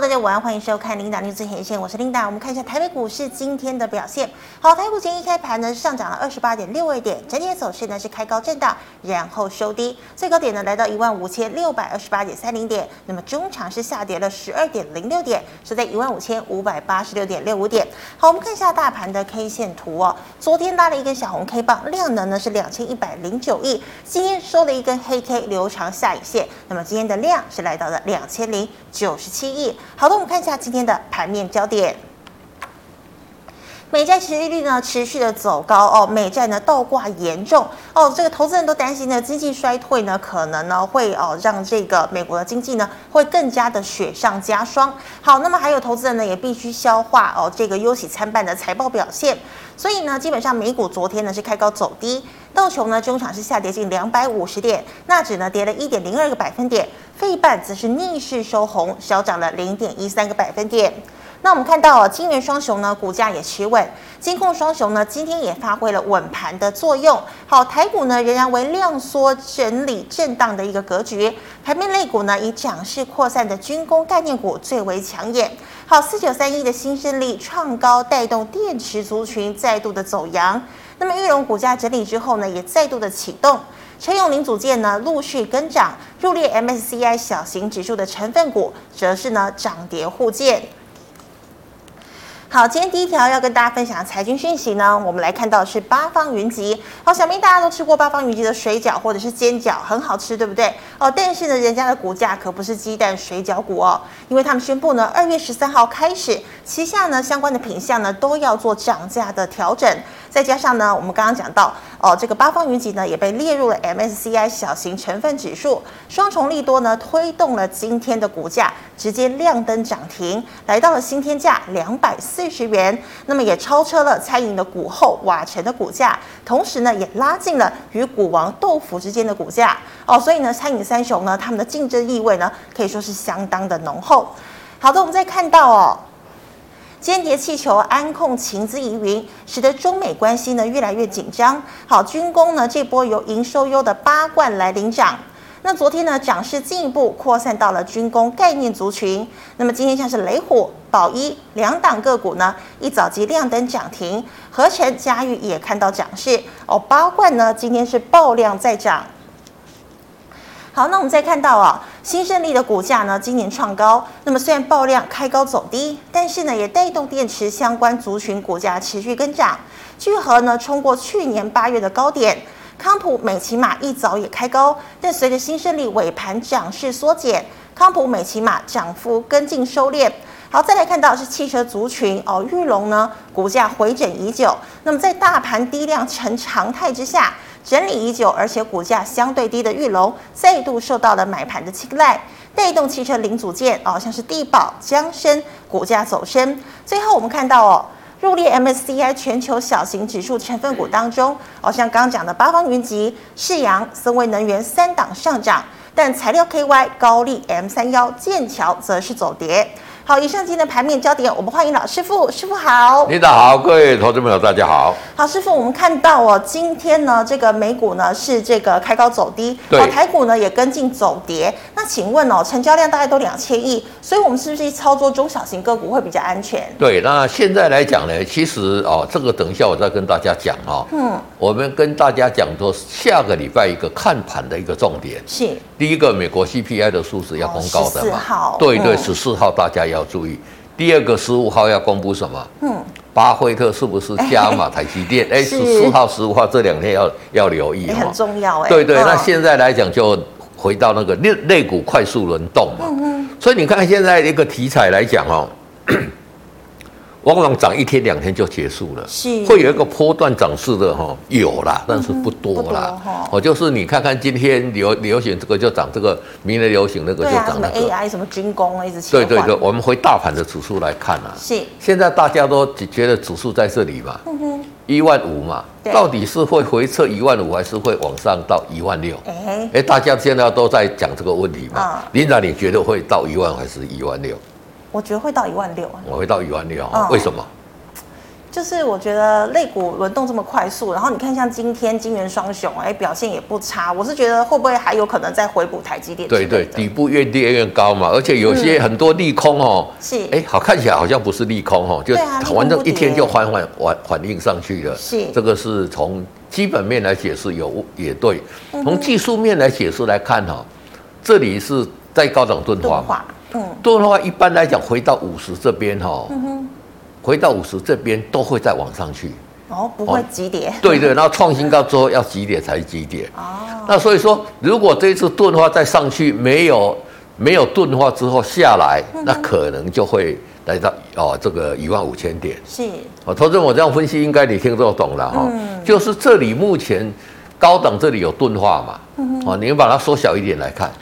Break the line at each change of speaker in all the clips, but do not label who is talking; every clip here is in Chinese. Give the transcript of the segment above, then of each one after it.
大家午安，欢迎收看《琳达 news 最前线》，我是琳达。我们看一下台北股市今天的表现。好，台股前一开盘呢上涨了二十八点六二点，整体的走势呢是开高震荡，然后收低，最高点呢来到一万五千六百二十八点三零点。那么中场是下跌了十二点零六点，是在一万五千五百八十六点六五点。好，我们看一下大盘的 K 线图哦，昨天拉了一根小红 K 棒，量能呢是两千一百零九亿，今天收了一根黑 K 留长下影线，那么今天的量是来到了两千零九十七亿。好的，我们看一下今天的盘面焦点。美债持利率呢持续的走高哦，美债呢倒挂严重哦，这个投资人都担心呢经济衰退呢可能呢会哦让这个美国的经济呢会更加的雪上加霜。好，那么还有投资人呢也必须消化哦这个忧喜参半的财报表现，所以呢基本上美股昨天呢是开高走低。道琼呢，中场是下跌近两百五十点，纳指呢跌了一点零二个百分点，费半则是逆势收红，小涨了零点一三个百分点。那我们看到哦，金元双雄呢，股价也持稳，金控双雄呢，今天也发挥了稳盘的作用。好，台股呢仍然为量缩整理震荡的一个格局，盘面类股呢以涨势扩散的军工概念股最为抢眼。好，四九三一的新胜利创高带动电池族群再度的走阳。那么玉龙股价整理之后呢，也再度的启动，陈永林组件呢陆续跟涨，入列 MSCI 小型指数的成分股则是呢涨跌互见。好，今天第一条要跟大家分享的财经讯息呢，我们来看到的是八方云集。好，想必大家都吃过八方云集的水饺或者是煎饺，很好吃，对不对？哦，但是呢，人家的股价可不是鸡蛋水饺股哦，因为他们宣布呢，二月十三号开始，旗下呢相关的品项呢都要做涨价的调整。再加上呢，我们刚刚讲到哦，这个八方云集呢也被列入了 MSCI 小型成分指数，双重利多呢推动了今天的股价直接亮灯涨停，来到了新天价两百四十元，那么也超车了餐饮的股后瓦城的股价，同时呢也拉近了与股王豆腐之间的股价哦，所以呢餐饮三雄呢他们的竞争意味呢可以说是相当的浓厚。好的，我们再看到哦。间谍气球安控情资疑云，使得中美关系呢越来越紧张。好，军工呢这波由营收优的八冠来领涨。那昨天呢涨势进一步扩散到了军工概念族群。那么今天像是雷虎、宝一两档个股呢，一早即亮灯涨停，合成、嘉裕也看到涨势。哦，八冠呢今天是爆量在涨。好，那我们再看到啊，新胜利的股价呢，今年创高。那么虽然爆量开高走低，但是呢，也带动电池相关族群股价持续跟涨。聚合呢，冲过去年八月的高点。康普、美骑马一早也开高，但随着新胜利尾盘涨势缩减，康普、美骑马涨幅跟进收敛。好，再来看到是汽车族群哦，玉龙呢股价回整已久，那么在大盘低量成常态之下。整理已久，而且股价相对低的玉龙再度受到了买盘的青睐，带动汽车零组件哦，像是地宝、江深股价走升。最后我们看到哦，入列 MSCI 全球小型指数成分股当中，哦，像刚刚讲的八方云集、世阳、森威能源三档上涨，但材料 KY、高力 M 三幺、剑桥则是走跌。好，以上今天的盘面焦点，我们欢迎老师傅，师傅好。
领导好，各位投资朋友大家好。
好，师傅，我们看到哦，今天呢，这个美股呢是这个开高走低，
对
哦，台股呢也跟进走跌。那请问哦，成交量大概都两千亿，所以我们是不是操作中小型个股会比较安全？
对，那现在来讲呢，其实哦，这个等一下我再跟大家讲哦。
嗯，
我们跟大家讲说，下个礼拜一个看盘的一个重点，
是，
第一个美国 CPI 的数字要公告的
哦14
嘛，
号
对对，
嗯
十四号大家要注意。第二个十五号要公布什么？
嗯，
巴菲特是不是加码台积电？哎，
是
十四号、十五号这两天要要留意
也
哦
很。重要哎。
对对，
嗯
那现在来讲就回到那个类类股快速轮动嘛。
嗯
所以你看现在一个题材来讲哦， 往往涨一天两天就结束了，
是嗯
会有一个波段涨势的哈、哦，有啦，但是不多啦
不多哦。
哦，就是你看看今天流流行这个就涨这个，明天流行那个
对
就
啊，
涨
什么
那个。
AI 什么军工啊一直切
对
换，
对对，我们回大盘的指数来看啊，
是，
现在大家都只觉得指数在这里嘛，
嗯哼，
一万五嘛，
对
到底是会回撤一万五，还是会往上到一万六？
哎，
哎，大家现在都在讲这个问题嘛
嗯？
林长，你觉得会到一万还是一万六？
我觉得会到一万六啊，
我会到一万六
嗯
啊？为什么？
就是我觉得肋骨轮动这么快速，然后你看像今天金元双雄，哎，表现也不差。我是觉得会不会还有可能再回补台积电之类
对
的？
对，底部越跌越高嘛，而且有些很多利空哦，
嗯是
哎、好看起来好像不是利空哦，就
对啊利空
反正
不
一天
跌
就反反反反应上去了。
是
这个是从基本面来解释有也对，
嗯
从技术面来解释来看哈、哦，这里是在高档钝化
钝
嘛，
化，嗯，
钝化一般来讲回到五十这边哈、哦，回到五十这边都会再往上去。
然后不会
哦
急跌，
对对，然后创新高之后要几点才几点？
哦，
那所以说，如果这一次钝化再上去，没有没有钝化之后下来，那可能就会来到哦这个一万五千点。
是
哦，投资人我这样分析，应该你听得懂了哈、就是这里目前高档这里有钝化嘛，哦，你们把它缩小一点来看。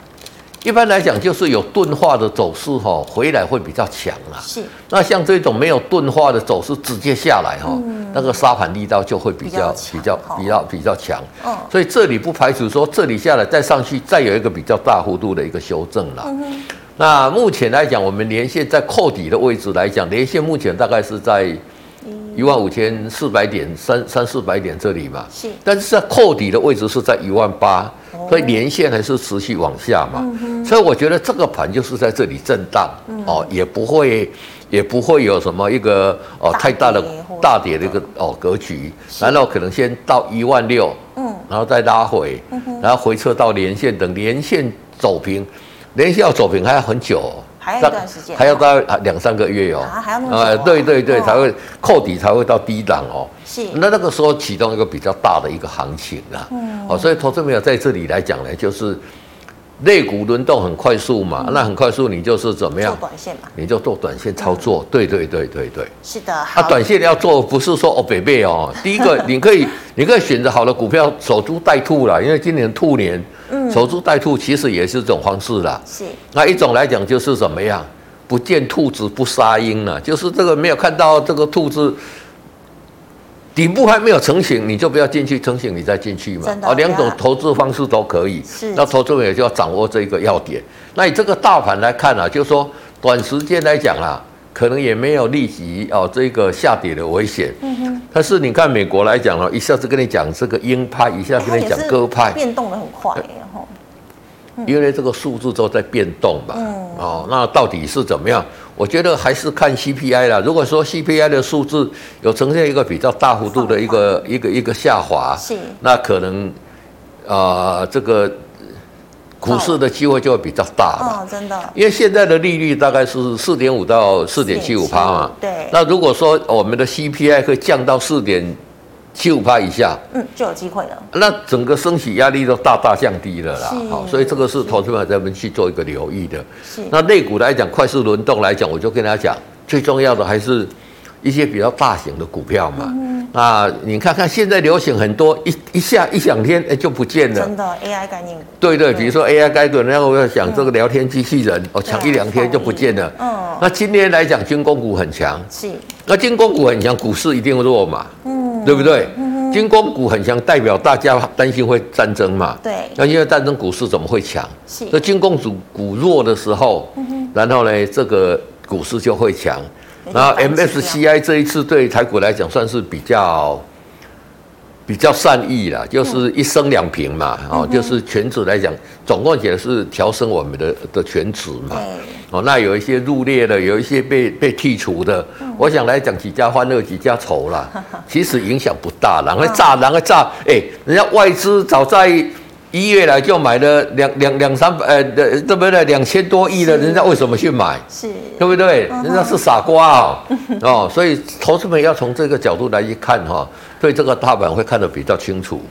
一般来讲，就是有钝化的走势哈、哦，回来会比较强啊啦。
是
那像这种没有钝化的走势直接下来哈、那个沙盘力道就会比较
嗯比
比
较
较
强
比较比较强
嗯。
所以这里不排除说这里下来再上去，再有一个比较大幅度的一个修正了。
嗯
那目前来讲，我们连线在扣底的位置来讲，连线目前大概是在
嗯
一万五千四百点三三四百点这里嘛。
是哦
但是在扣底的位置是在一万八，所以连线还是持续往下嘛。
嗯
所以我觉得这个盘就是在这里震荡、哦，也不会也不会有什么一个哦
大跌
太大的
或者
大跌的一个哦格局，然后可能先到一万六，
嗯，
然后再拉回，然后回撤到连线，等连线走平。连线要走平还要很久哦、
还要一段时间
还要大概两三个月哦、
啊还要那么久哦
呃对对对，
哦
才会扣底才会到低档哦、
是
那那个时候启动一个比较大的一个行情啊，
嗯
哦，所以投资朋友在这里来讲呢，就是肋骨轮动很快速嘛，那很快速你就是怎么
嗯做
样，
短线嘛，
你就做短线操作，对对对对对。
是的，
啊，
好，
短线要做不是说哦北贝哦，第一个你可以你可以选择好的股票守株待兔啦，因为今年兔年，守株待兔其实也是一种方式啦。
是
那一种来讲就是怎么样，不见兔子不撒鹰了、就是这个没有看到这个兔子底部还没有成型，你就不要进去，成型你再进去嘛哦
真。的
两
不
种
要
投资方式都可以
是，
那投资人也就要掌握这个要点。那以这个大盘来看啊，就是说短时间来讲啊，可能也没有立即哦这个下跌的危险。嗯哼。但是你看美国来讲哦，一下子跟你讲这个鹰派，一下
哎
子
它
跟你
也
讲
是
鸽派，呃
变动的很快，然后
因为这个数字都在变动嘛。哦，那到底是怎么样？我觉得还是看 CPI 啦。如果说 CPI 的数字有呈现一个比较大幅度的一个一个一个下滑，
是
那可能啊、呃这个股市的机会就会比较大嘛。
嗯，真的
因为现在的利率大概是四点五到四点七五趴嘛，
对
那如果说哦我们的 CPI 可以降到四点七五趴以下，
嗯，就有机会了。
那整个升息压力都大大降低了啦
是，
好，所以这个是投资者这边去做一个留意的。
是
那类股来讲，快速轮动来讲，我就跟大家讲，最重要的还是一些比较大型的股票嘛。那你看看现在流行很多，一一下一两天哎、就不见了
真。的 AI 概念股，
对对，嗯比如说 AI 概论，然后我要讲这个聊天机器人，哦，
对啊
抢一两天就不见了。
嗯
那今天来讲，军工股很强，
是
那军工股很强，股市一定弱嘛，嗯，对不对？军工股很强，代表大家担心会战争嘛，
对
那因为战争股市怎么会强？
是嗯
那军工股股弱的时候，然后呢，这个股市就会强。
有点
然后
反啊指标
MSCI 这一次对台股来讲算是比较比较善意啦，就是
嗯
一升两平嘛，哦，就是全指来讲，总共也是调升我们的的全指嘛。
对
哦，那有一些入列的，有一些被被剔除的，我想来讲几家欢乐几家愁啦，其实影响不大啦。然后炸，然后炸，哎、人家外资早在一月来就买了两两两三百，呃，对对不对？两千多亿的，人家为什么去买？
是
对不对？人家是傻瓜哦，哦，所以投资们要从这个角度来一看哈、对这个大盘会看得比较清楚。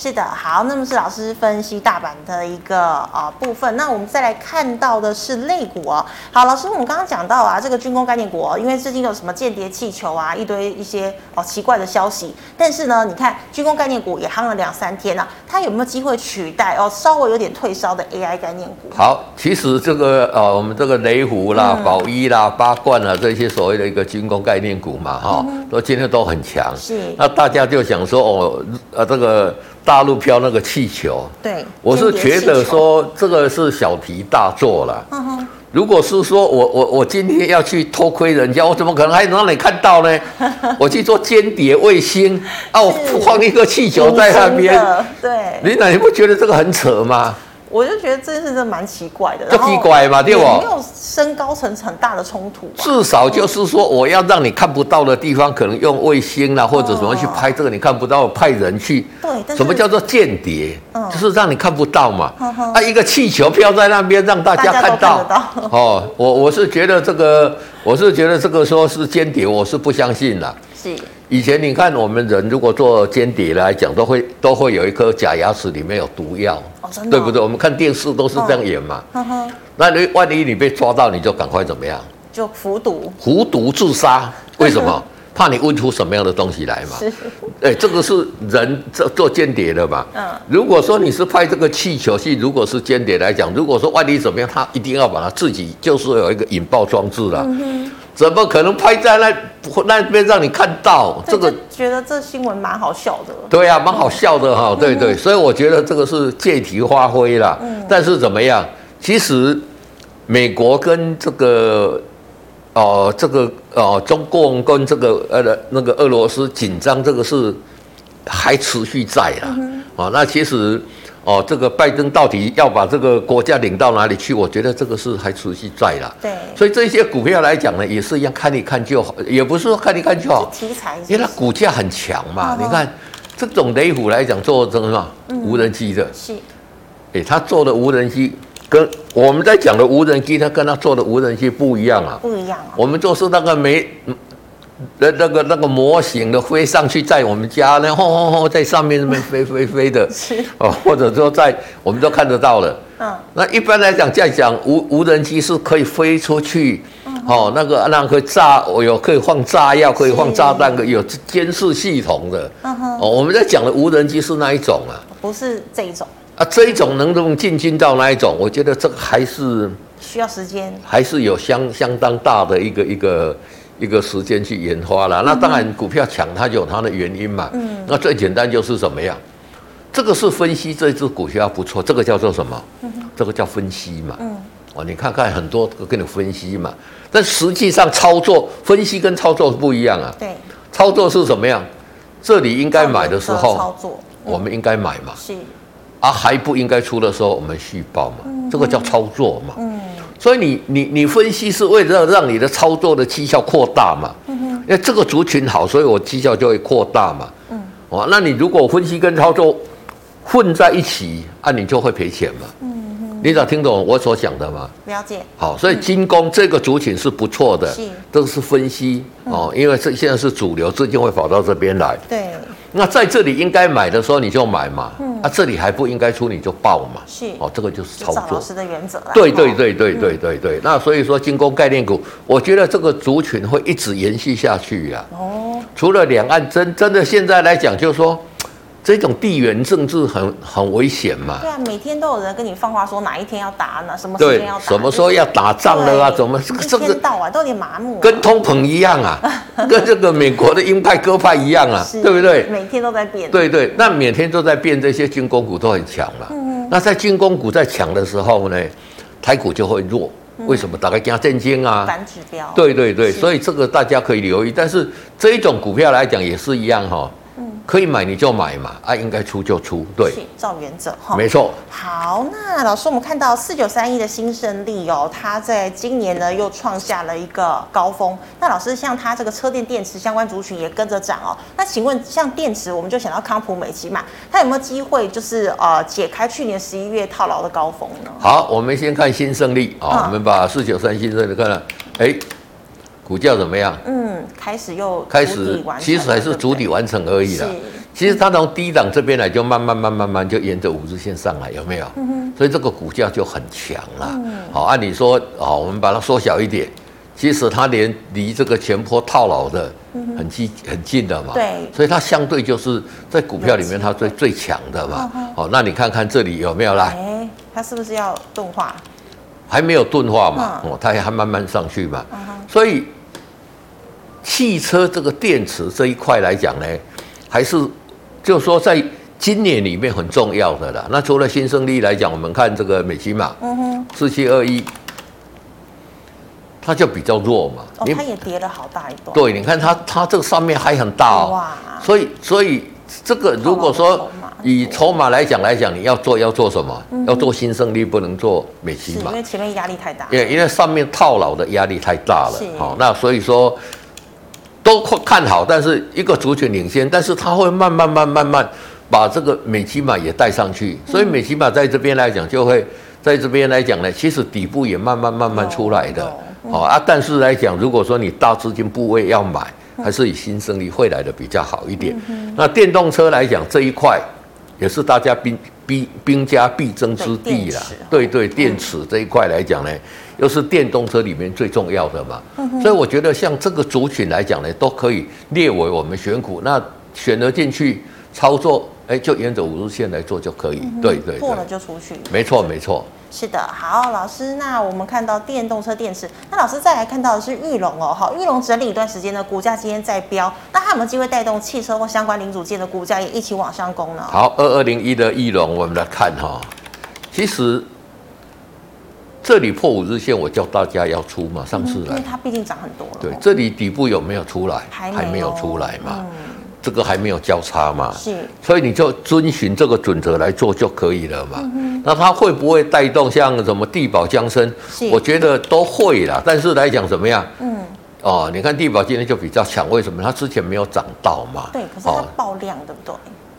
是的，好，那么是老师分析大阪的一个呃部分，那我们再来看到的是类股哦。好，老师，我们刚刚讲到啊，这个军工概念股哦，因为最近有什么间谍气球啊，一堆一些哦奇怪的消息，但是呢，你看军工概念股也夯了两三天啊，它有没有机会取代哦稍微有点退烧的 AI 概念股？
好，其实这个呃，我们这个雷虎啦、
嗯
宝一啦、八冠啦这些所谓的一个军工概念股嘛，哈、都今天都很强。
嗯是
那大家就想说，哦，呃，这个大陆飘那个气球，
对，
我是
间谍
觉
气
得
球，
说这个是小题大做了。
嗯哼，
如果是说我我我今天要去偷窥人家，我怎么可能还能让你看到 呢？我去做间谍卫星啊，我
是
放一个气球在那边
隐，形的 对，
你哪你不觉得这个很扯吗？
我就觉得这件事真的蛮奇怪的，
就
然后
奇怪嘛对不
也没有升高层很大的冲突吧，
至少就是说，我要让你看不到的地方，可能用卫星啦、或者什么去拍这个你看不到，派人去。
对但是
什么叫做间谍？
嗯
就是让你看不到嘛
嗯。哼
啊，一个气球飘在那边，让大家
大家都
看到。
看得
哦，我我是觉得这个，我是觉得这个说是间谍，我是不相信啦。
是
以前你看我们人如果做间谍来讲，都会都会有一颗假牙齿里面有毒药，
哦真的
对
哦嗯
不对？我们看电视都是这样演嘛。
呵呵，
那你万一你被抓到，你就赶快怎么样？
就服毒
服毒自杀，为什么？ 怕你问出什么样的东西来嘛？
是
哎、这个是人做做间谍的嘛？
嗯
如果说你是派这个气球去，如果是间谍来讲，如果说万一怎么样，他一定要把他自己就是有一个引爆装置啦。
嗯
怎么可能拍在那那边让你看到？
这
这
个
个
觉得这新闻蛮好笑的，
对啊，蛮好笑的哈、对对，所以我觉得这个是借题发挥啦。但是怎么样？其实美国跟这个哦、呃这个哦、呃中共跟这个呃那个俄罗斯紧张，这个是还持续在啦。哦，那其实哦、这个拜登到底要把这个国家领到哪里去？我觉得这个是还持续在啦。
对，
所以这些股票来讲呢，也是一样，看一看就好，也不是说看一看就好，
题材是
因为它股价很强嘛。
嗯哼
你看这种雷虎来讲做这个什么无人机的，
是
诶，他做的无人机跟我们在讲的无人机，它跟他做的无人机不一样啊。
不一样啊，
我们做是那个没。那那个那个模型的飞上去，在我们家呢，轰轰轰，在上面那边飞飞飞的，
是
哦，或者说在我们都看得到了。
嗯，
那一般来讲，在讲无无人机是可以飞出去，哦，那个那个炸，我有可以放炸药，可以放炸弹的，有监视系统的。
嗯哼
哦，我们在讲的无人机是那一种啊，
不是这一种，
啊，这一种能不能进军到那一种？我觉得这个还是
需要时间，
还是有相相当大的一个一个一个时间去研发啦。
嗯
那当然，股票强它就有它的原因嘛。嗯，那最简单就是怎么样？这个是分析这只股票不错，这个叫做什么？
嗯
这个叫分析嘛。嗯，哦，你看看很多都跟你分析嘛，但实际上操作分析跟操作不一样啊。
对，
操作是怎么样？这里应该买的时
照着操
候，
作嗯
我们应该买嘛。
是
啊，还不应该出的时候我们续报嘛，这个叫操作嘛。所以你你你分析是为了让你的操作的绩效扩大嘛，因为这个族群好，所以我绩效就会扩大嘛。嗯，哦，那你如果分析跟操作混在一起，啊，你就会赔钱嘛。嗯，你咋听懂我所讲的吗？
了解，
好，所以精工这个族群是不错的，
是
这个嗯是分析哦，因为这现在是主流，最近会跑到这边来。
对，
那在这里应该买的时候你就买嘛，啊，这里还不应该出你就报嘛，
嗯是
哦，这个就是
就
操
照老
作，
师的原则啦，
对对
哦，
对对对对对。那所以说，精工概念股，我觉得这个族群会一直延续下去呀、
哦，
除了两岸真真的现在来讲，就是说这种地缘政治很很危险嘛
对，啊，每天都有人跟你放话说哪一天要打哪什么时
对
间要，打，
什么时候要打仗了啊？
对
怎么这个这
一天
个
到晚都有点麻木啊，
跟通膨一样啊， 跟这个美国的鹰派鸽派一样啊，
是
对不对？
每天都在变，，
对对，那每天都在变，这些军工股都很强了。
嗯
那在军工股在强的时候呢，台股就会弱。为什么？大概加震惊啊。
嗯反指标，
对对对，
是
所以这个大家可以留意。但是这一种股票来讲也是一样哈、可以买你就买嘛，啊，应该出就出，对，
嗯是照原则哈。
没错。
好，那老师，我们看到四九三一的新胜利哦，它在今年呢又创下了一个高峰。那老师，像它这个车电电池相关族群也跟着涨哦。那请问，像电池，我们就想到康普美奇嘛，它有没有机会就是呃解开去年十一月套牢的高峰呢？
好，我们先看新胜利啊、
嗯
我们把四九三新胜利看了，哎，股价怎么样？
嗯，开始又
开
筑
始
底完成了
其实还是
对不
主
对
体完成而已啦
是。
其实它从低档这边来，就慢慢、慢慢、慢慢就沿着五日线上来，有没有？
嗯
所以这个股价就很强啦。好，按理说，好，我们把它缩小一点，其实它连离这个前坡套牢的很近、很近的嘛。
嗯对
所以它相对就是在股票里面它最最强的嘛。
嗯
好，那你看看这里有没有啦？
哎，它是不是要动画？
还没有钝化嘛，
嗯
哦，它还慢慢上去嘛，所以汽车这个电池这一块来讲呢，还是就是说在今年里面很重要
嗯
的啦。那除了新胜利来讲，我们看这个美琪玛
嗯哼，
四七二一，它就比较弱嘛。
哦，
你
它也跌了好大一段。
对，你看它它这个上面还很大哦
哇，
所以所以这个如果
筹
说
码嗯
以筹码来讲来讲，你要做要做什么？要做新胜利，不能做美
是
西
因
嘛，
为前面压力太大。
因为因为上面套牢的压力太大了
是。
好、那所以说都看好，但是一个族群领先，但是它会慢慢慢慢慢把这个美西玛也带上去，所以美西玛在这边来讲就会。在这边来讲呢，其实底部也慢慢慢慢出来的
有有，
哦啊，但是来讲，如果说你大资金部位要买，还是以新生力会来的比较好一点。那电动车来讲这一块，也是大家兵兵兵家必争之地啦。对对，电池这一块来讲呢，又是电动车里面最重要的嘛。
嗯
所以我觉得像这个族群来讲呢，都可以列为我们选股，那选择进去操作，哎、就沿着五日线来做就可以。对对对
嗯破，了就出去。
没错没错。
是的，好，老师，那我们看到电动车电池，那老师再来看到的是玉龙哦，好，玉龙整理一段时间呢，股价今天在飙，那它有没有机会带动汽车或相关零组件的股价也一起往上攻呢？
好，二二零一的翼龙，我们来看哈、其实这里破五日线，我叫大家要出嘛，上次
嗯因
来
为，它毕竟涨很多了哦，
对，这里底部有没有出来？
还没哦有嗯
有出来嘛，啊这个还没有交叉嘛，
是
所以你就遵循这个准则来做就可以了嘛。
嗯
那它会不会带动像什么地保江生
是？
我觉得都会啦，但是来讲怎么样？
嗯，
哦，你看地保今天就比较强，为什么？它之前没有涨到嘛。哦
对，可是它嗯爆量，对不对？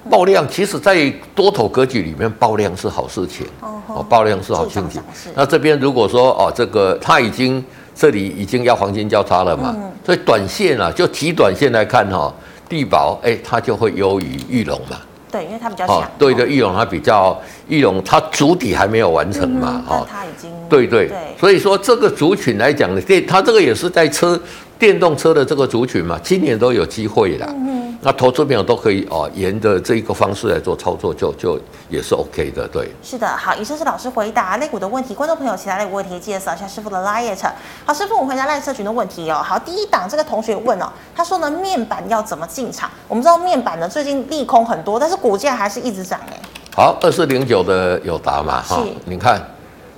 爆量，其实在多头格局里面，爆量是好事情。
哦吼
哦，爆量是好事
助
情
长涨势。
那这边如果说哦，这个它已经这里已经要黄金交叉了嘛，
嗯
所以短线啊，就极短线来看哈、哦，地保哎，它就会优于玉龙嘛。
对，因为它比较
哦
强，，
对
哦
的，，玉龙它比较玉龙它主底还没有完成嘛
嗯，
哦
但，它已经
对对，
对，
所以说这个族群来讲呢，电它这个也是在车电动车的这个族群嘛，今年都有机会啦。嗯，那投资朋友都可以哦，沿着这一个方式来做操作就，就也是 OK 的，对。
是的，好，以上是老师回答类股的问题，观众朋友其他类股问题记得扫一下师傅的 Lite。好，师傅，我们回答赖社群的问题哦。好，第一档这个同学问哦，他说呢，面板要怎么进场？我们知道面板呢最近利空很多，但是股价还是一直涨哎、
好，二四零九的友达嘛，哈
是，
你看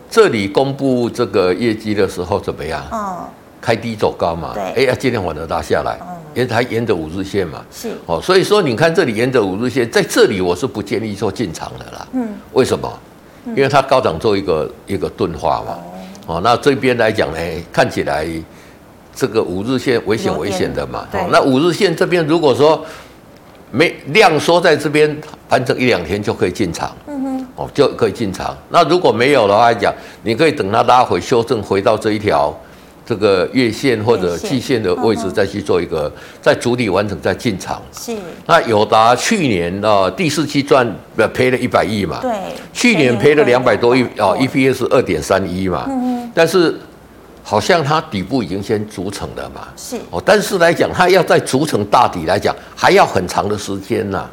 这里公布这个业绩的时候怎么样？
嗯，
开低走高嘛，
对嗯
哎呀，今天反而拉下来，沿还沿着五日线嘛，
是
哦，所以说你看这里沿着五日线，在这里我是不建议做进场的啦。嗯，为什么？
嗯
因为它高涨做一个一个钝化嘛。哦，那这边来讲呢，看起来这个五日线危险
有
危
点
险的嘛。
对
哦，那五日线这边如果说没量缩在这边盘整一两天就可以进场。嗯哼，哦，就可以进场。那如果没有的话来讲，你可以等它拉回修正回到这一条。这个月线或
月
者
线嗯
季线的位置，再去做一个，在主体完成再进场。
是，
那友达去年呃第四期赚呃赔了一百亿嘛，
对，
去年赔了两百多亿嗯哦
哦，
，EPS 二点三一嘛，但是好像它底部已经先筑成了嘛，
是
哦，但是来讲，它要在筑成大底来讲，还要很长的时间呐、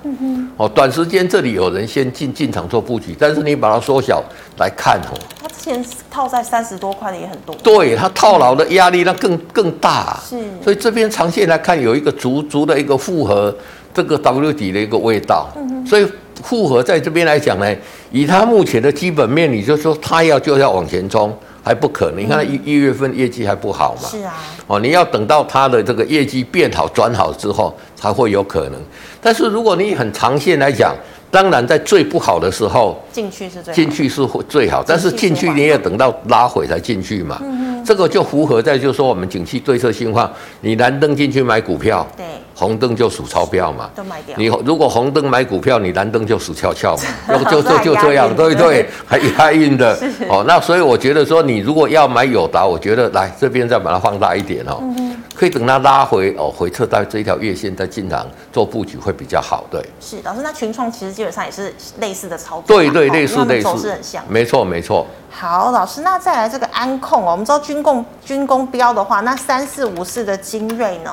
哦，短时间这里有人先进进场做布局，但是你把它缩小来看哦，
它之前套在三十多块的也很多，
对它套牢的压力那更更大、啊
是
所以这边长线来看有一个足足的一个复合这个 W 底的一个味道，
嗯
所以复合在这边来讲呢，以它目前的基本面，你就说它要就要往前冲，还不可能。你看它一一月份业绩还不好嘛，
嗯是啊，
哦，你要等到它的这个业绩变好、转好之后，才会有可能。但是如果你很长线来讲，当然在最不好的时候，
进去是最好
进去是会最好，但是进去你也等到拉回才进去嘛。
嗯
这个就符合在就是说我们景气对策情况，你蓝灯进去买股票，
对，
红灯就数钞票嘛。
都卖掉，
你如果红灯买股票，你蓝灯就数钞票嘛， 然后就
那
就
还
就这
押
样，
韵
对
对
对，还押韵的哦。那所以我觉得说，你如果要买友达，我觉得来这边再把它放大一点哦，
嗯
可以等它拉回哦，回撤到这一条月线再进场做布局会比较好，对。
是老师，那群创其实基本上也是类似的操作嘛，
对对，
哦
类
因为
似
它们
类
走势
似
很像，。
没错没错。
好，老师，那再来这个安控哦，我们知道军控军工标的话，那三四五四的精锐呢？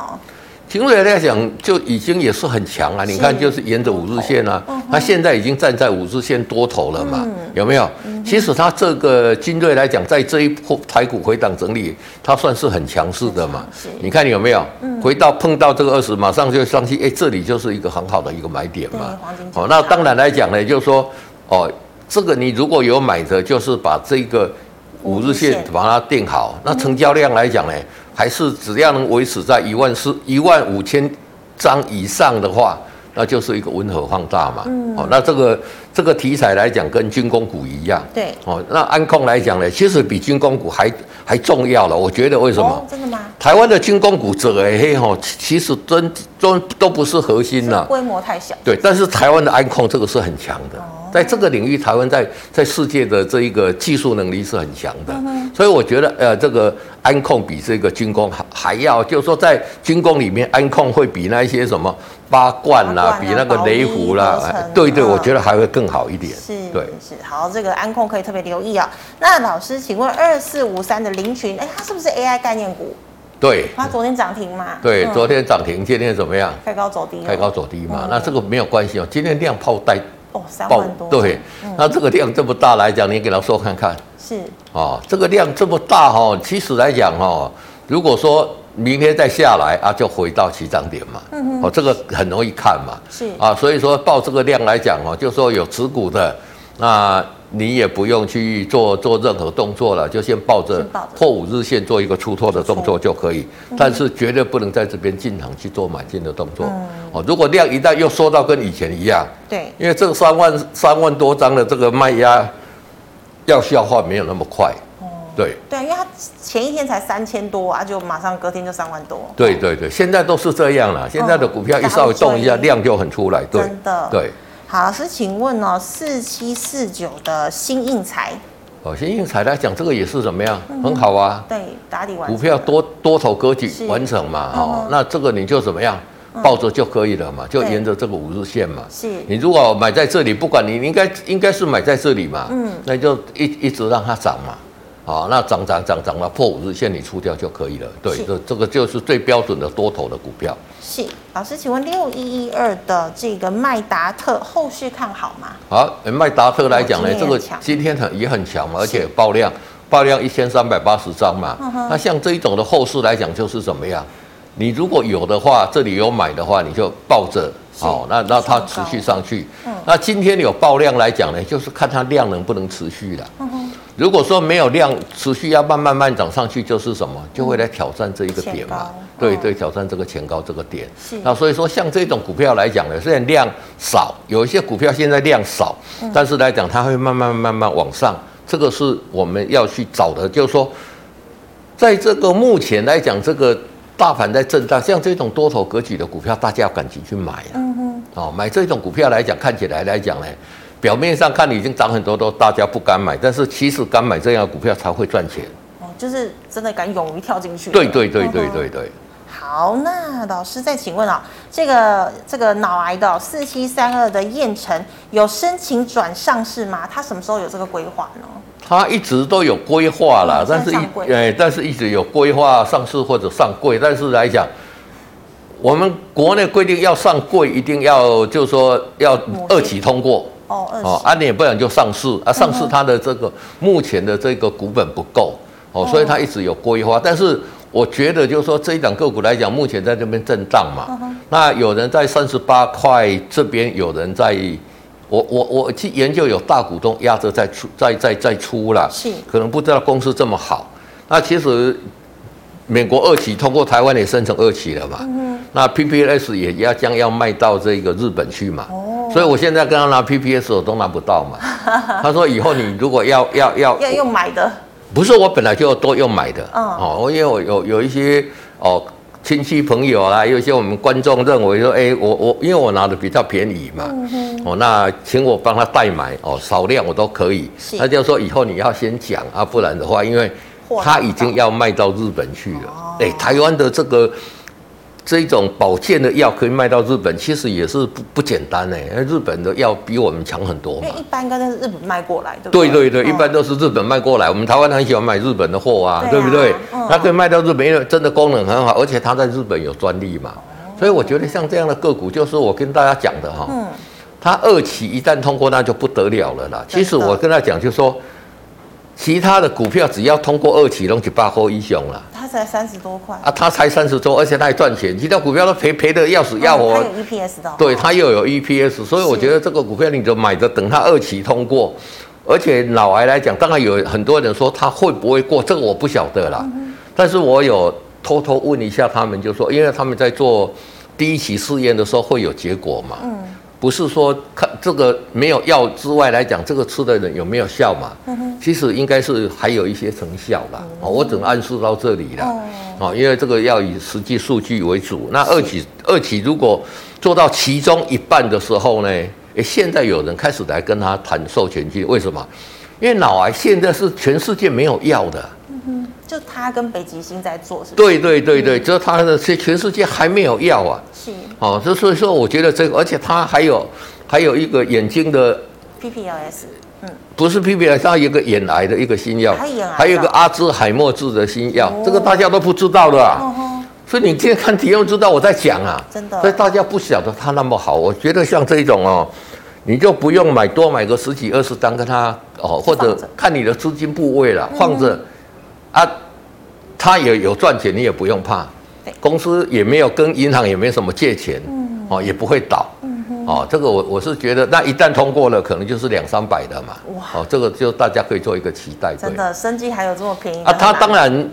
秦瑞来讲就已经也是很强啊，你看就是沿着五日线啊，它现在已经站在五日线多头了嘛，有没有？其实它这个金瑞来讲，在这一波台股回档整理，它算是嗯很强势的嘛
很强势。
你看有没有？回到碰到这个二十，马上就上去，哎，这里就是一个很好的一个买点嘛
对黄金。交叉
哦，那当然来讲呢，就是说哦，这个你如果有买的，就是把这个五日线把它定好。那成交量来讲呢，还是只要能维持在一万四、一万五千张以上的话，那就是一个温和放大嘛。
嗯
哦，那这个这个题材来讲，跟军工股一样。
对
哦，那安控来讲呢，其实比军工股还还重要了。我觉得为什么？
哦，真的吗？
台湾的军工股者哎嘿吼，其实真真都不是核心嗯呐、
是规模太小，
对，但是台湾的安控这个是很强
哦
的，在这个领域，台湾在在世界的这一个技术能力是很强的，
嗯
所以我觉得呃，这个安控比这个军工还还要，就是说在军工里面，安控会比那一些什么八冠啦、
八冠啊
比那个雷虎啦
宝一合成啊，
对对，我觉得还会更好一点，
是，
对。
是好，这个安控可以特别留意啊。那老师，请问二四五三的林群，哎，它是不是 AI 概念股？
对
它昨天涨停嘛？
对，
嗯
昨天涨停，今天怎么样？
开高走低了，
开高走低嘛，
嗯
那这个没有关系哦。今天量炮带
哦，三
爆
万多，嗯
对，那这个量这么大来讲，你给他说看看
是
哦，这个量这么大哦，其实来讲哦，如果说明天再下来啊，就回到起涨点嘛，
嗯
哦，这个很容易看嘛，
是
啊，所以说报这个量来讲哦，就说有持股的，那你也不用去做做任何动作了，就先抱着
先抱着嗯
破五日线做一个出脱的动作就可以，但是绝对不能在这边进场去做买进的动作，
嗯
哦，如果量一旦又缩到跟以前一样。
对，
因为这个三万三万多张的这个卖压，要消化没有那么快。
哦
对
对，因为它前一天才三千多啊，就马上隔天就三万多，
对对对，现在都是这样
哦
了。现在的股票一稍微动一下，
打不准
量就很出来。对
真的
对，
好，老师，请问哦，四七四九的新应材，
哦，新英材来讲，这个也是怎么样，
嗯
很好啊。
对，打底完
股票多多头格局
是
完成嘛，
嗯
哦，那这个你就怎么样，抱着就可以了嘛，就
对
沿着这个五日线嘛。
是
你如果买在这里，不管你你应该应该是买在这里嘛，嗯，那就一一直让它涨嘛。好，那涨涨涨涨到破五日线，你出掉就可以了。对
是，
这这个就是最标准的多头的股票。
是老师，请问六一一二的这个麦达特后市看好吗？
好，麦达特来讲呢
哦，今
这
天也
个
很强
今天很也很强嘛，
是
而且爆量，爆量一千三百八十张嘛
嗯哼。
那像这一种的后市来讲，就是怎么样？你如果有的话，这里有买的话，你就抱着
是
哦，那那它持
上高嗯
续上去。那今天有爆量来讲呢，就是看它量能不能持续了。
嗯
如果说没有量持续要慢慢慢涨上去，就是什么，就会来挑战这一个
前
点嘛。
高
对
嗯
对，挑战这个前高这个点
是。
那所以说，像这种股票来讲呢，虽然量少，有一些股票现在量少，但是来讲它会慢慢慢慢往上，这个是我们要去找的，就是说，在这个目前来讲，这个大盘在震荡，像这种多头格局的股票，大家要赶紧去买啊。哦，买这种股票来讲，看起来来讲呢，表面上看已经涨很多，都大家不敢买，但是其实敢买这样的股票才会赚钱。
哦，就是真的敢勇于跳进去。
对对对对
嗯哼
对对，
好，那老师再请问啊、这个这个脑癌的哦四七三二的燕城有申请转上市吗？他什么时候有这个规划呢？
它一直都有规划啦
嗯，
但是
像上柜
一哎，但是一直有规划上市或者上柜，但是来讲。我们国内规定要上柜，一定要就是说要
母系
二期通过，
哦，二
哦，
十、嗯
啊，你也不然就上市啊，上市它的这个目前的这个股本不够
嗯
哦，所以它一直有规划，但是。我觉得就是说这一档个股来讲，目前在这边震荡
嗯
嘛，那有人在三十八块这边，有人在，我我我去研究有大股东压着在出在在在出啦，
是
可能不知道公司这么好，那其实美国二期通过台湾也生成二期了嘛，那 PPS 也要将要卖到这个日本去嘛，所以我现在跟他拿 PPS 我都拿不到嘛。他说以后你如果要要要，
要用买的，
不是我本来就都用买的，
嗯
哦，因为我有有一些哦亲戚朋友啦，有一些我们观众认为说，哎、我我因为我拿的比较便宜嘛，
嗯
哦，那请我帮他代买哦，少量我都可以
是。
他就说以后你要先讲啊，不然的话，因为
货拿
他
不
已经
到
要卖到日本去
哦
了，哎、台湾的这个。这种保健的药可以卖到日本，其实也是不不简单哎，因为日本的药比我们强很多
因
嘛
为。一般应该在日本卖过来，对不
对
对？
对对，
嗯
一般都是日本卖过来，我们台湾很喜欢买日本的货啊，
对
对
啊
不对
嗯？
它可以卖到日本，因为真的功能很好，而且它在日本有专利
哦
嘛。所以我觉得像这样的个股，就是我跟大家讲的哈，
嗯
它二期一旦通过，那就不得了了啦。
真的
其实我跟他讲，就说其他的股票只要通过二期，拢就八块一雄了。
它才三十多块，
啊，它才三十周，而且它还赚钱，其他股票都赔赔的要死要
哦
活。
它有 EPS 的哦，
E 对，它又有 EPS，所以我觉得这个股票你就买着，等它二期通过，而且脑癌来讲，当然有很多人说他会不会过，这个我不晓得啦。但是我有偷偷问一下他们，就说因为他们在做第一期试验的时候会有结果嘛，不是说看这个没有药之外来讲，这个吃的人有没有效嘛？其实应该是还有一些成效啦。哦，我只能暗示到这里啦。哦，因为这个要以实际数据为主。那二期二期如果做到其中一半的时候呢，诶，现在有人开始来跟他谈授权金，为什么？因为脑癌现在是全世界没有药的。
就他跟北极星在做，是不是？
对对对对，就是他的全全世界还没有药啊。
是
哦，就所以说，我觉得这个，而且它还有还有一个眼睛的，
PPLS，嗯，
不是 PPL，它有一个眼癌的一个新药
还有眼癌，的
还有一个阿兹海默治的新药，这个大家都不知道的、啊。
哦吼，
所以你今天看题目知道我在讲啊，
真的
所以大家不晓得它那么好，我觉得像这种哦，你就不用买多买个十几二十单跟它哦，或
放
者
着嗯
看你的资金部位了，放着、啊，它也有赚钱，你也不用怕
对，嗯
公司也没有跟银行也没什么借钱，哦，也不会倒。哦，这个我我是觉得，那一旦通过了，可能就是两三百的嘛。
哇
哦，这个就大家可以做一个期待。对
真的，生机还有这么便宜
啊，他当
然
然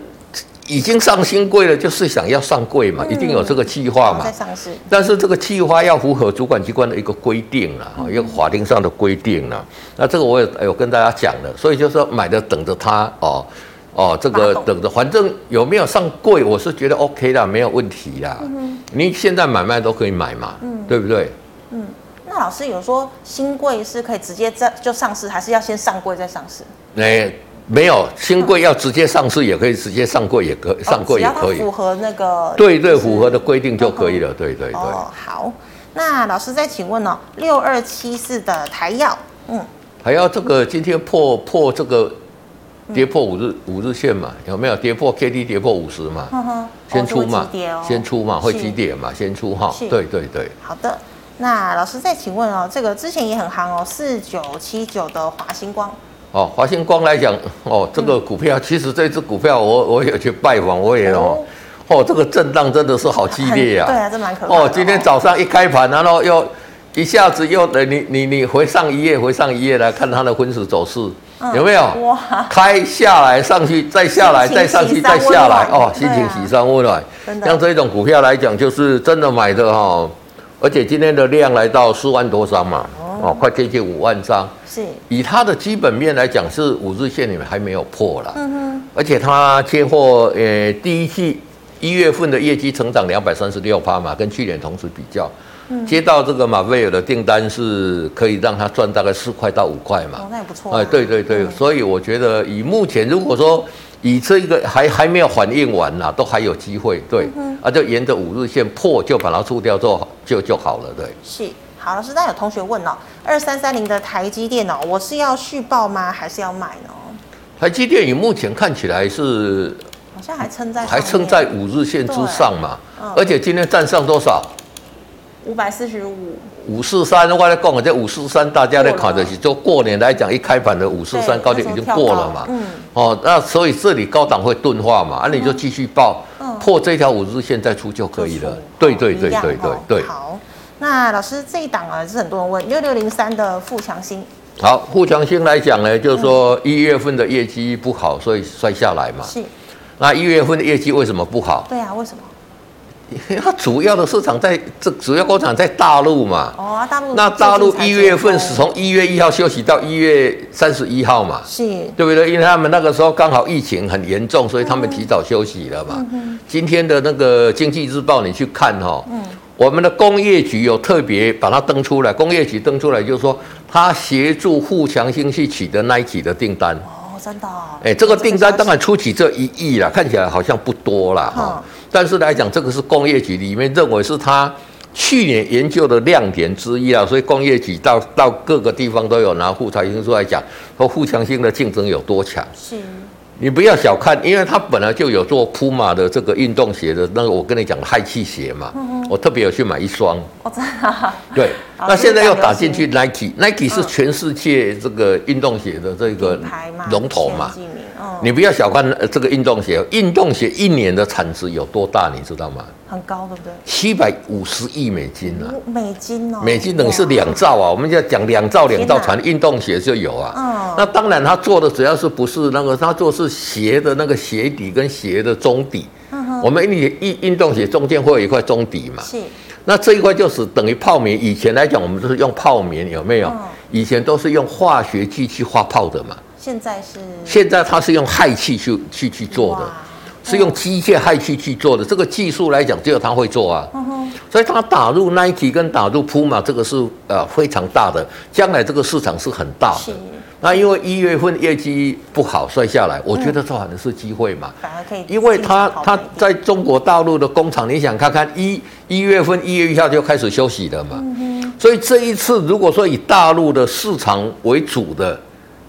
已经上新柜了，就是想要上柜嘛，
嗯
一定有这个计划嘛
在。上市，
但是这个计划要符合主管机关的一个规定了，
嗯
哈，一个法定上的规定了。那这个我也有跟大家讲了，所以就是说买的等着它哦。哦，这
发
个
动
等着，反正有没有上柜，我是觉得 OK 啦，没有问题啦。
嗯
你现在买卖都可以买嘛，对不对？
那老师有说新贵是可以直接在就上市，还是要先上柜再上市？
哎，没有新柜要直接上市也可以，直接上柜也可以，上
哦只
柜也
要它
可以。
符合那个
对对，符合的规定就可以了。对对对。
哦，好。那老师再请问哦，六二七四的台药，嗯，
还要这个今天破破这个跌破五日五日线嘛？有没有跌破 K D 跌破五十嘛？
嗯哼哦哼，
先出
嘛
嘛，，先出嘛，会
是
急跌嘛，先出哈
是。
对对对，
好的，那老师再请问哦，这个之前也很夯哦，四九七九的华星光，
哦，华星光来讲，
嗯
哦，这个股票、其实这只股票我我有去拜访，我也哦，哦，这个震荡真的是好激烈呀、
很对啊，这蛮可怕的
哦，今天早上一开盘，然后又一下子又呃你你你回上一页，回上一页来看它的分时走势、
嗯
有没有？
哇，
开下来，上去，再下来，
心情
再上去，
喜上
再下来
温，暖
哦，心
对
情
啊
喜上温暖
真。的
像这种股票来讲，就是真的买的哈、哦，而且今天的量来到四万多张嘛，哦，快接近五万张。
是，
以它的基本面来讲，是五日线里面还没有破啦，
嗯哼，
而且它接获呃第一季一月份的业绩成长两百三十六趴嘛，跟去年同时比较，
嗯
接到这个马威尔的订单是可以让它赚大概四块到五块嘛，
哦，那也不错、啊，
哎，对对对，所以我觉得以目前如果说以这一个还还没有反应完啦、都还有机会，对，
嗯
啊，就沿着五日线破就把它出掉之后就就好了，对。
是。好，老师，那有同学问哦，二三三零的台积电哦，我是要续报吗，还是要买呢？
台积电以目前看起来是
好像还撑在
还撑在五日线之上嘛
对嗯，
而且今天站上多少？
五百四十五，
五四三，我来讲，这五四三大家在看的是，就过年来讲，一开盘的五四
对
三高点已经过了嘛
那时候跳高嗯，
哦，那所以这里高档会钝化嘛，啊，你就继续报
嗯，
破这条五日线再出就可以
就
了
属于。
对对对
一样
对对
哦
对，
好，那老师这一档啊，是很多人问六六零三的富强新
好，富强新来讲呢，就是
嗯
说一月份的业绩不好，所以摔下来嘛。
是，
那一月份的业绩为什么不好？
对啊，为什么？
它主要的市场在这，主要工厂在大陆嘛。
哦，啊大陆
那大陆一月份是
时
从一月一号休息到一月三十一号嘛，
是
对不对？因为他们那个时候刚好疫情很严重，所以他们提早休息了嘛。今天的那个经济日报你去看哈、哦，我们的工业局有特别把它登出来，工业局登出来就是说，他协助富强兴去取得 Nike 的订单。
哦，真的哦、
哎，这个订单当
然
然出起这一亿啦，看起来好像不多啦
嗯
哈、但是来讲，这个是工业局里面认为是他去年研究的亮点之一啊，所以工业局到到各个地方都有拿富强新出来讲，说富强新的竞争有多强。
是
你不要小看，因为他本来就有做 Puma 的这个运动鞋的那个，我跟你讲的氦气鞋嘛，
嗯
我特别有去买一双。
哦，真的啊、
对，
好
那现在又
这个
打
比较流行
进去 Nike，Nike 是全世界这个运动鞋的这个
嗯品牌嘛，
龙头嘛
前。几名，嗯，
你不要小看呃这个运动鞋，运动鞋一年的产值有多大，你知道吗？
很高，对不对？
七百五十亿美金啊！
美金哦，
美金等于是两兆啊，我们就讲两兆两兆船运动鞋就有啊。
嗯
那当然他做的只要是不是那个，他做是鞋的那个鞋底跟鞋的中底。我们运运运动鞋中间会有一块中底嘛
哇，嗯是
那这一块就是等于泡棉。以前来讲，我们都是用泡棉，有没有
嗯？
以前都是用化学剂去发泡的嘛，
现在是
现在它是用氦气去去去做的
哇，
是
嗯
用机械氦气去做的。这个技术来讲，只有他会做啊。
嗯哼，
所以它打入 Nike 跟打入 Puma 这个是呃非常大的，将来这个市场是很大
是
的。那因为一月份业绩不好摔下
嗯
来，我觉得这反正是机会嘛，
反而可以进
因
口美
为
金，
它它在中国大陆的工厂，你想看看一一月份一月一号就开始休息了嘛，
嗯
所以这一次如果说以大陆的市场为主的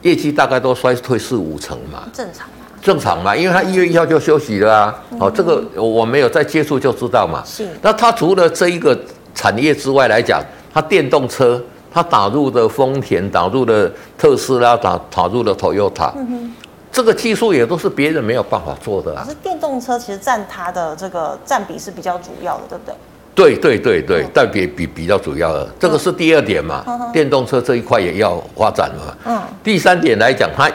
业绩，大概都衰退四五成嘛。
正常啊，
正常嘛，因为他一月一号就休息了啊。哦，这个我没有再接触就知道嘛。
是
那他除了这一个产业之外来讲，他电动车，他打入的丰田，打入的特斯拉，打打入的 Toyota，、这个技术也都是别人没有办法做的
可
啊。
是电动车其实占它的这个占比是比较主要的，对不对？
对对对对，但比比比较主要的，这个是第二点嘛。电动车这一块也要发展嘛。
嗯，
第三点来讲，它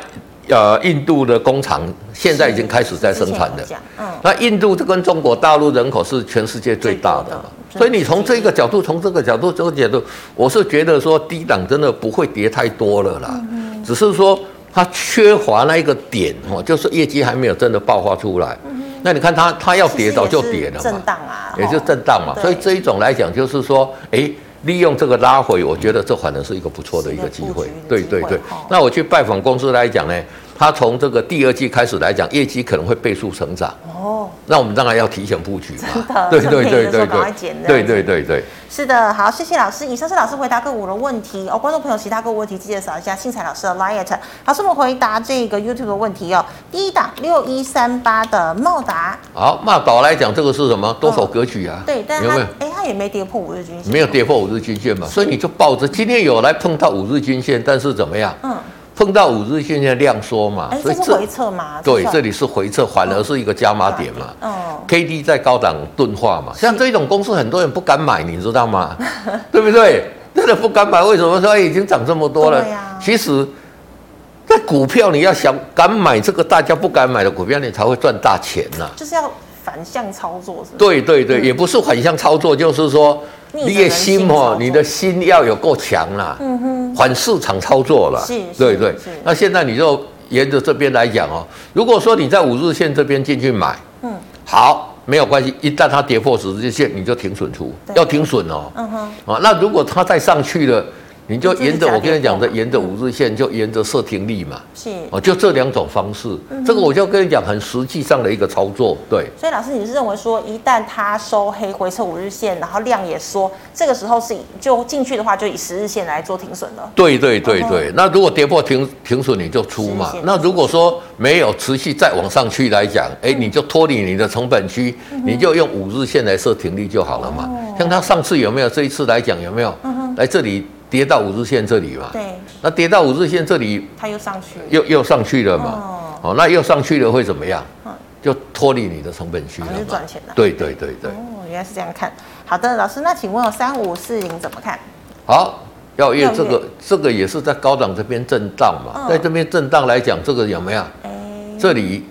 呃，印度的工厂现在已经开始在生产了
之前有。讲，嗯，
那印度这跟中国大陆人口是全世界最大的嘛，
最多的
所以你从这个角度，从这个角度，这个角度，我是觉得说低档真的不会跌太多了啦，
嗯
只是说它缺乏那一个点哦，就是业绩还没有真的爆发出来。那你看它它要
嗯其实
跌早就
也是
跌了
震
嘛，
荡啊，
也就
吼
震荡嘛，
对
所以这一种来讲就是说，诶，利用这个拉回，我觉得这反而是一个不错的一个机
是一
会
个布局的。
对
机会
对对
哦，
那我去拜访公司来讲呢，它从这个第二季开始来讲，业绩可能会倍数成长。
哦。
那我们当然要提前布局嘛
的，
对
趁
对
便宜
对
的时候
对
赶快捡这
对
样子
对对对，
是的，好，谢谢老师。以上是老师回答个股的问题哦。观众朋友，其他个股问题记得扫一下信彩老师的 Liet。老师，我们回答这个 YouTube 的问题哦。第一档六一三八的茂达，
好，那岛来讲这个是什么多首格局啊？
哦对，但
有
它
没有
哎，它也没跌破五日均线，
没有，跌破五日均线嘛？所以你就抱着今天有来碰到五日均线，但是怎么样？
嗯，
碰到五日均线量缩嘛
哎，，
啊所
这
以
是回撤吗？
啊对
算
这里是回撤，反而是一个加码点嘛。
哦，
K D 在高档钝化嘛，像这种公司很多人不敢买，你知道 吗？对不对？真的不敢买，为什么说、哎已经涨这么多了？
对呀
其实，在股票你要想敢买这个大家不敢买的股票，你才会赚大钱呐、
就是要反向操作，是不是？
对对对，也不是反向操作，就是说
嗯逆着
你的
人性
心
操
哦
作，
你的心要有够强啦、
嗯哼，
反市场操作了，
是是
对对
是。
那现在你就沿着这边来讲哦，如果说你在五日线这边进去买，
嗯，
好，没有关系，一旦它跌破十日线，你就停损出，
对
要停损哦。
嗯哼，
啊，那如果它再上去了，你就沿
就是假
着
跌破
我跟你讲的，
嘛
沿着五日线就沿着设停力嘛，
是。
哦，就这两种方式，
嗯
这个我就跟你讲很实际上的一个操作，对。
所以老师，你是认为说，一旦它收黑回撤五日线，然后量也缩，这个时候是以就进去的话，就以十日线来做停损了。
对对对
然后
对，那如果跌破停停损你就出嘛
哦是是。
那如果说没有持续再往上去来讲，哎，
嗯
你就脱离你的成本区，你就用五日线来设停利就好了嘛。
哦
像它上次有没有？这一次来讲有没有？来这里跌到五日线这里嘛。
嗯对，
那跌到五日线这里
它又上去，
又又上去了嘛。哦，那又上去了会怎么样？就脱离你的成本区了
然哦后就
嘛
赚。钱了。啊
对对对对，
哦，原来是这样看。好的，老师，那请问三五四零怎么看？
好，耀
耀
月
月
这个这个也是在高档这边震荡嘛，
嗯
在这边震荡来讲，这个有没有？
哎、
这里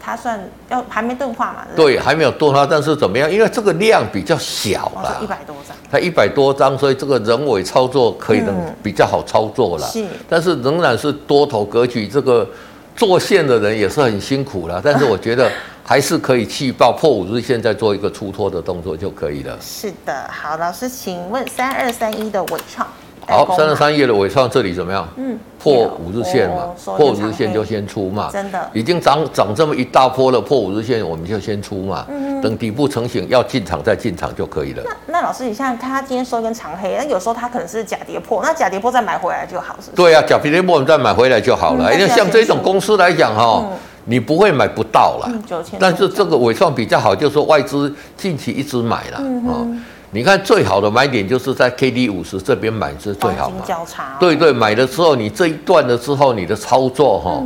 它算要还没钝化嘛？
对还没有多它，但是怎么样？因为这个量比较小
不对，
啦
哦，一，百多张，
它一百多张，所以这个人为操作可以能
嗯
比较好操作啦。
是
但是仍然是多头格局，这个做线的人也是很辛苦啦。但是我觉得还是可以气爆破五日线，再做一个出脱的动作就可以了。
是的。好，老师，请问三二三一的伟创，代
好，
工
三十
嘛，
三页的尾上这里怎么样？
嗯，
破五日线嘛
哦，
破五日线就，先出嘛，
真的
已经涨涨这么一大波了，破五日线我们就先出嘛，等底部成型要进场再进场就可以
收一
了。
根长黑嗯那那老师，你想想看，它今天收一根长黑，那有时候它可能是假跌破，那假跌破再买回来就好，是不是？
对啊，假皮跌破我们再买回来就好了，
嗯
因为像这种公司来讲哈
嗯，
你不会买不到啦
嗯，9000
啊但是这个尾算比较好，就是说外资近期一直买啦，
嗯
哦，你看最好的买点就是在 K D 五十这边买是最好
黄
嘛
金，交叉，哦
对对，买了之后你这一段了之后你的操作哈、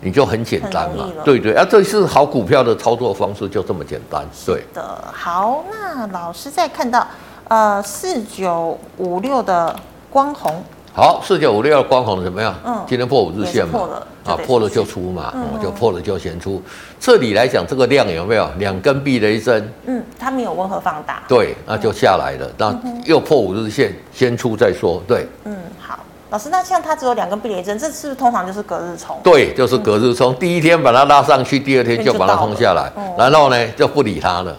你就很简单
嗯很
嘛
容易了，
对对，啊，这是好股票的操作方式，就这么简单，对。
的。好，那老师再看到呃四九五六的光红，
好，四九五六光红怎么样？
嗯
今天破五日
也是
线嘛，
破了就
啊
得，嗯
破了就出嘛，哦就破了就先出。这里来讲，这个量有没有两根避雷针？
嗯，它没有温和放大。
对，那就下来了。那又破五日线，先出再说。对
嗯，好，老师，那像它只有两根避雷针，这是不是通常就是隔日冲？
对，就是隔日冲，第一天把它拉上去，第二天就把它冲下来
那就到了哦，
然后呢就不理 它了，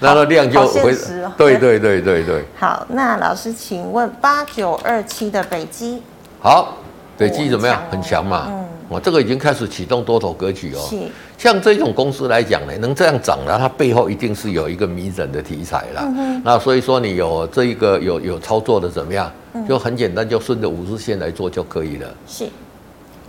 然后量就
好现
回
实哦。
对对对对对，
好，那老师，请问八九二七的北基
好，北基怎么样
哦？
很强嘛。
嗯
我这个已经开始启动多头格局哦。
是
像这种公司来讲呢，能这样涨的，它背后一定是有一个迷人的题材
嗯
啦。那所以说你有这一个有有操作的怎么样，
嗯
就很简单，就顺着五日线来做就可以了。
是。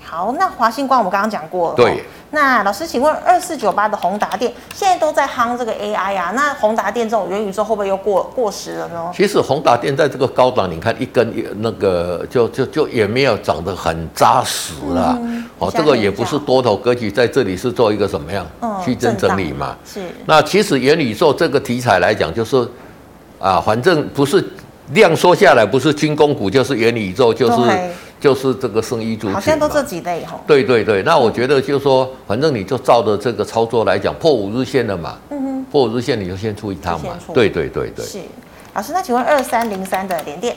好，那华星光我们刚刚讲过了。
对。
那老师，请问二四九八的宏达电现在都在夯这个 AI 啊，那宏达电这种元宇宙会不会又过过时了呢？
其实宏达电在这个高档，你看一根一那个就就就也没有涨得很扎实啦。哦，
嗯下
这
面
个也不
这
是
样
多头格局，在这里是做一个什么样
嗯
区间
震
整
荡
理嘛。
是
那其实元宇宙这个题材来讲，就是啊，反正不是量缩下来，不是军工股，就是元宇宙，就是
对
就是这个生意族群嘛
好像都这几类吼。
对对对，那我觉得就是说，反正你就照着这个操作来讲，破五日线了嘛，
嗯
破五日线你就先出一趟嘛
就先出。
对对对对
哼，，是。老师，那请问二三零三的联电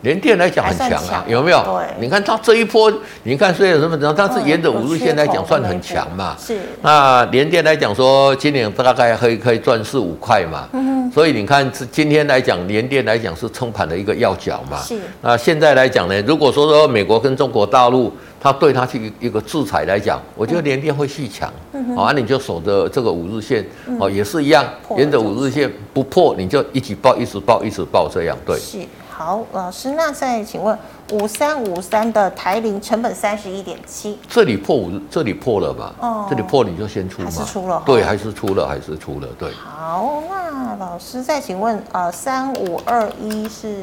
联电来讲很强
还算
啊
强，
有没有？
对
你看它这一波，你看虽然什么，但是沿着
嗯有
五日线来
缺
讲
口
算
的那
很
一
强
波
嘛。
是
那联电来讲说，今年大概可以可以赚四五块嘛，
嗯
所以你看这今天来讲，联电来讲是撑盘的一个要角嘛。
是
那现在来讲呢，如果说说美国跟中国大陆，它对它去一个制裁来讲，我觉得联电会续强。
嗯
好、啊，你就守着这个五日线，哦，也是一样，
破了
沿着
就
五日线不破，你就一起报，一直报，一直报这样。对，
是好，老师，那再请问五三五三的台铃成本三十一点七，
这里破五日，这里破了嘛，
哦
这里破你就先出
还
嘛，
是出了
对，
哦
还是出了，还是出了，对。
好，那老师再请问，呃，三五二一是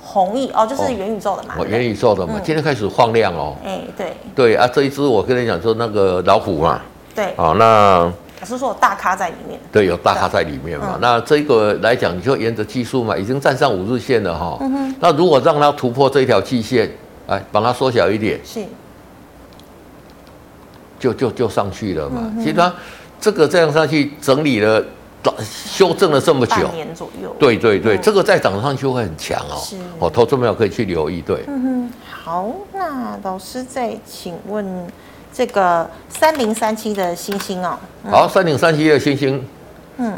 弘毅哦，就是
哦
元宇宙的嘛？
我
对不对
元宇宙的嘛，
嗯
今天开始放量哦。
哎，对
对啊，这一只我跟你讲说那个老虎嘛，
对，
哦，那
老师说有大咖在里面，
对有大咖在里面
嗯
嘛。那这个来讲，你就沿着技术嘛，已经站上五日线了哈、
嗯
那如果让它突破这一条季线，哎，把它缩小一点，
是
就就就上去了
嗯
嘛。其实它这个这样上去整理了，修正了这么久，
半年左右。，
对对对，这个再涨上去会很强哦
嗯是。
哦，投资朋友可以去留意。对，
嗯哼，好，那老师再请问这个三零三七的星星哦，
好，三零三七的星星，
嗯，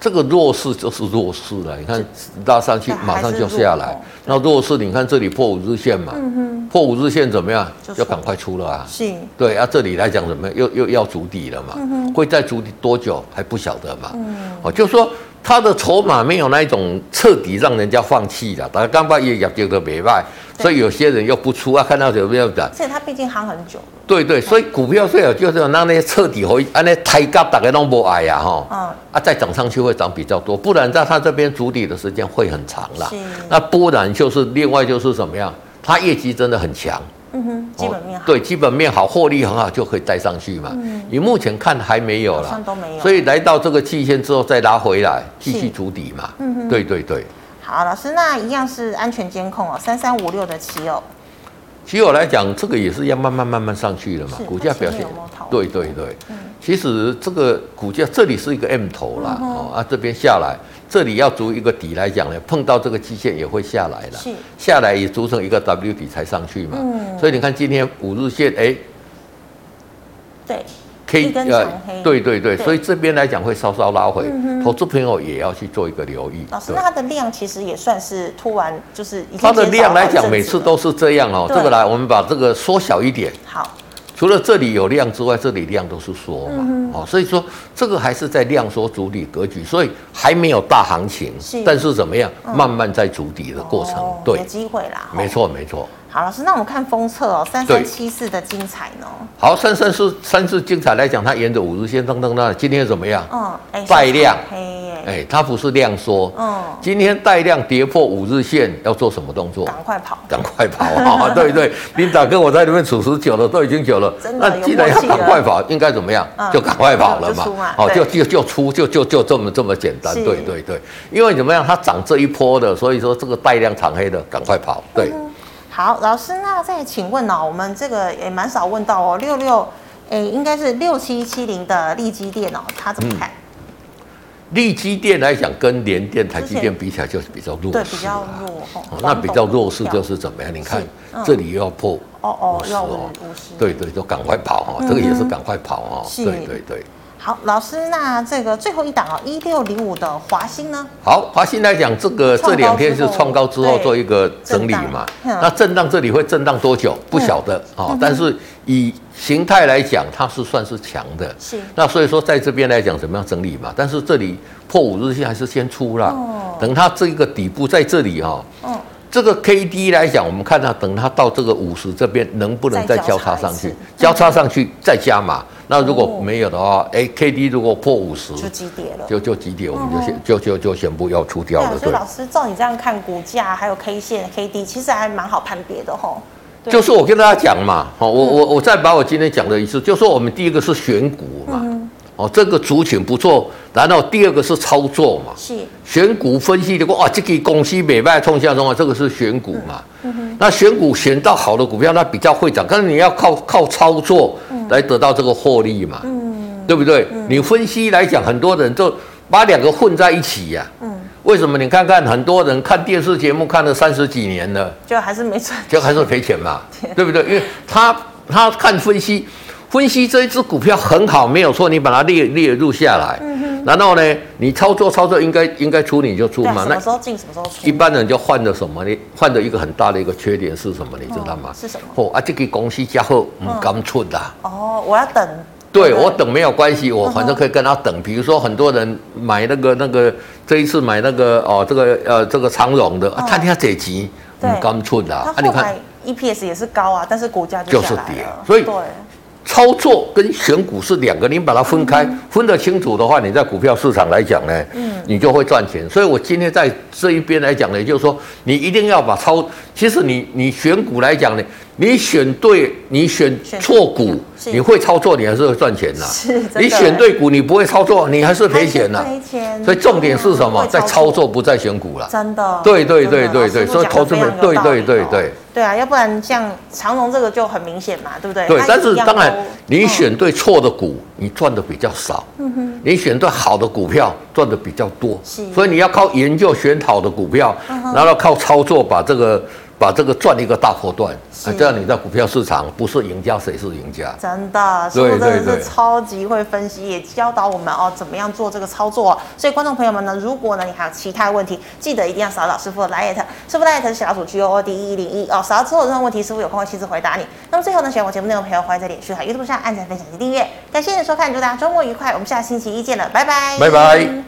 这个弱势就是弱势了。你看拉上去
这还是哦
马上就下来，那弱势你看这里破五日线嘛，破五日线怎么样
嗯就？出
要赶快出了啊。
是
对啊，这里来讲怎么样？又又要筑底了嘛？
嗯
会在筑底多久还不晓得嘛？哦，就说他的筹码没有那一种彻底让人家放弃的，但刚把也业绩都没卖，所以有些人又不出啊，看到有没有涨
而。且它毕竟夯很久了，
对对，所以股票最好就是让那些彻底回，安那抬高大家都不爱呀哈，
嗯
啊再涨上去会涨比较多，不然在它这边筑底的时间会很长啦
是。
那不然就是另外就是怎么样，它业绩真的很强，
嗯哼，基本面
哦
好，嗯
对基本面好，获利很好就可以带上去嘛。你目前看还没有
好
啦
像，都没有。
所以来到这个季线之后再拉回来，继
是嗯
续筑底嘛。对对对。
好，老师，那一样是安全监控哦，三三五六的哦奇偶，
其实我来讲，这个也是要慢慢慢慢上去了嘛
是，
股价
它前
表
面
现
有嗯摸头，
对对对。其实这个股价这里是一个 M 头啦，
嗯
哦啊这边下来，这里要足一个底来讲呢，碰到这个基线也会下来
是
了，下来也组成一个 W 底才上去嘛。
嗯
所以你看今天五日线，哎、
对，
K
一根长黑
呃对对对，
对嗯
所以这边来讲会稍稍拉回，投资朋友也要去做一个留意。
老师，
对
那它的量其实也算是突然就是已经
它的
减少
量来
好一阵
讲，每
子
次
了
都是这样哦。
对
这个来，我们把这个缩小一点。
好，
除了这里有量之外，这里量都是缩
嗯
嘛，哦，所以说这个还是在量缩主底格局，所以还没有大行情，
是嗯
但是怎么样，慢慢在主底的过程，
哦有
对，
机会啦，
没。错没错，
好，老师，那我们看封测哦，三三七四的精彩呢？
好，三三四三四精彩来讲，它沿着五日线噔噔那今天怎么样？
嗯，哎，
带量
黑耶，
哎，它不是量缩，
嗯，
今天带量跌破五日线，要做什么动作？
赶快跑，
赶快跑 啊！对对，琳达跟我在那边处持久了，都已经久了
真。的
那
有
既然
默
要
契
赶
了
快跑，应该怎么样？
嗯
就赶快跑了
就出嘛
哦，就
对
就就出，就就就这么这么简单。
是
对对对，因为怎么样，它涨这一波的，所以说这个带量长黑的，赶快跑。对，
嗯好，老师，那再请问哦，我们这个也蛮少问到哦，六六，哎，应该是六七七零的利基店哦，它
嗯
怎么看？
利基电来讲，跟联电、台积
之
电
前
比起来，就是比较弱
对，比
势
较
啊。
弱
哦
哦，
那比较弱势就是是怎么样？你看
是嗯
这里又要破
哦哦
五，十
要
哦
五五十，
对对，就赶快跑哈，这个也是赶快跑哈。
嗯是
对对对。
好，老师，那这个最后一档哦，一六零五的华兴呢？
好，华信来讲，这个
创
这
高
两天
之
是
后
创高之后
对
做一个整理嘛，
震荡嗯嗯
那震荡这里会震荡多久不晓得啊、哦但是以形态来讲，它是算是强的，
是
那所以说在这边来讲怎么样整理嘛，但是这里破五日线还是先出啦，
哦
等它这个底部在这里哈、哦，
嗯，
这个 K D 来讲，我们看它等它到这个五十这边能不能
再
再
交
交
叉
叉
一
上
次嗯
去，交叉上去再加码。那如
哦
果没有的话，哎、k D 如果破五十，
就急跌了。
嗯就就几点我们就
嗯
先就就就全部要出掉
对啊
了，，
所以老
对，
师照你这样看股价，还有 K 线、K D，其实还蛮好判别的吼。对嗯
就是我跟大家讲嘛，好，我我我再把我今天讲的一次，就说我们第一个是选股
嗯
嘛，哦，这个族群不错，然后第二个是操作嘛，
是
选股分析的过啊，这个公司美败冲下中啊，这个是选股嘛。那选股选到好的股票，那比较会涨，但是你要靠靠操作来得到这个获利嘛，对不对？你分析来讲，很多人就把两个混在一起呀、为什么？你看看很多人看电视节目看了三十几年了，
就还是没准。
就还是赔钱嘛，对不对？因为他他看分析，分析这一只股票很好，没有错，你把它列列入下来，
嗯
然后呢，你操作操作应该应该出你就出
对啊，
嘛，
什
那
么时候进，什么时候出
一？般人就患了什么呢？患了一个很大的一个缺点是什么？你知道吗？
嗯是什么嗯
哦啊，这个公司加厚唔敢出啦、
哦，我要等。
对我等没有关系，
嗯
我反正可以跟他等。比如说很多人买那个那个，这一次买那个哦，这个呃这个长荣的，啊
嗯
他他这集
对
很干脆的
它
啊，啊你
后
看
来 EPS 也是高啊，但是股价就
就
下
是
来
跌
了。
啊所以
对，
操作跟选股是两个，你把它分开
嗯
分得清楚的话，你在股票市场来讲呢，你就会赚钱。所以我今天在这一边来讲呢，也就是说你一定要把操，其实你你选股来讲呢，你选对，你选
选
错股，
是
你会操作，你还是会赚钱呐、
是真的
你选对股，你不会操作，你还是赔钱呐、
还是赔钱。
所以重点是什么？
会
在操作，不在选股啦。
真的。
对对对
真的
对对
老师
所以
讲得
投资人
非常有
对
道理
对对
哦
对。
对啊，要不然像长隆这个就很明显嘛，对不对？
对
它，
但是
一样
当然
都，
你
嗯
选对错的股，你赚的比较少；你选对好的股票，赚的比较多。
是嗯
所以你要靠研究选好的股票，然后靠操作把这个把这个赚一个大波段，啊
是
这样你在股票市场不是赢家谁是赢家？
真的，师傅真
对对
的是
对
超级会分析，也教导我们哦怎么样做这个操作。所以观众朋友们呢，如果呢你还有其他问题，记得一定要扫老师傅的 liet，师傅 liet 是小老鼠 G O O D 一零一哦，扫到之后有任何问题，师傅有空会亲自回答你。那么最后呢，喜欢我节目内容的朋友，欢迎在脸书还有 YouTube 上按赞、分享及订阅。感谢你的收看，祝大家周末愉快，我们下星期一见了，拜拜，
拜拜。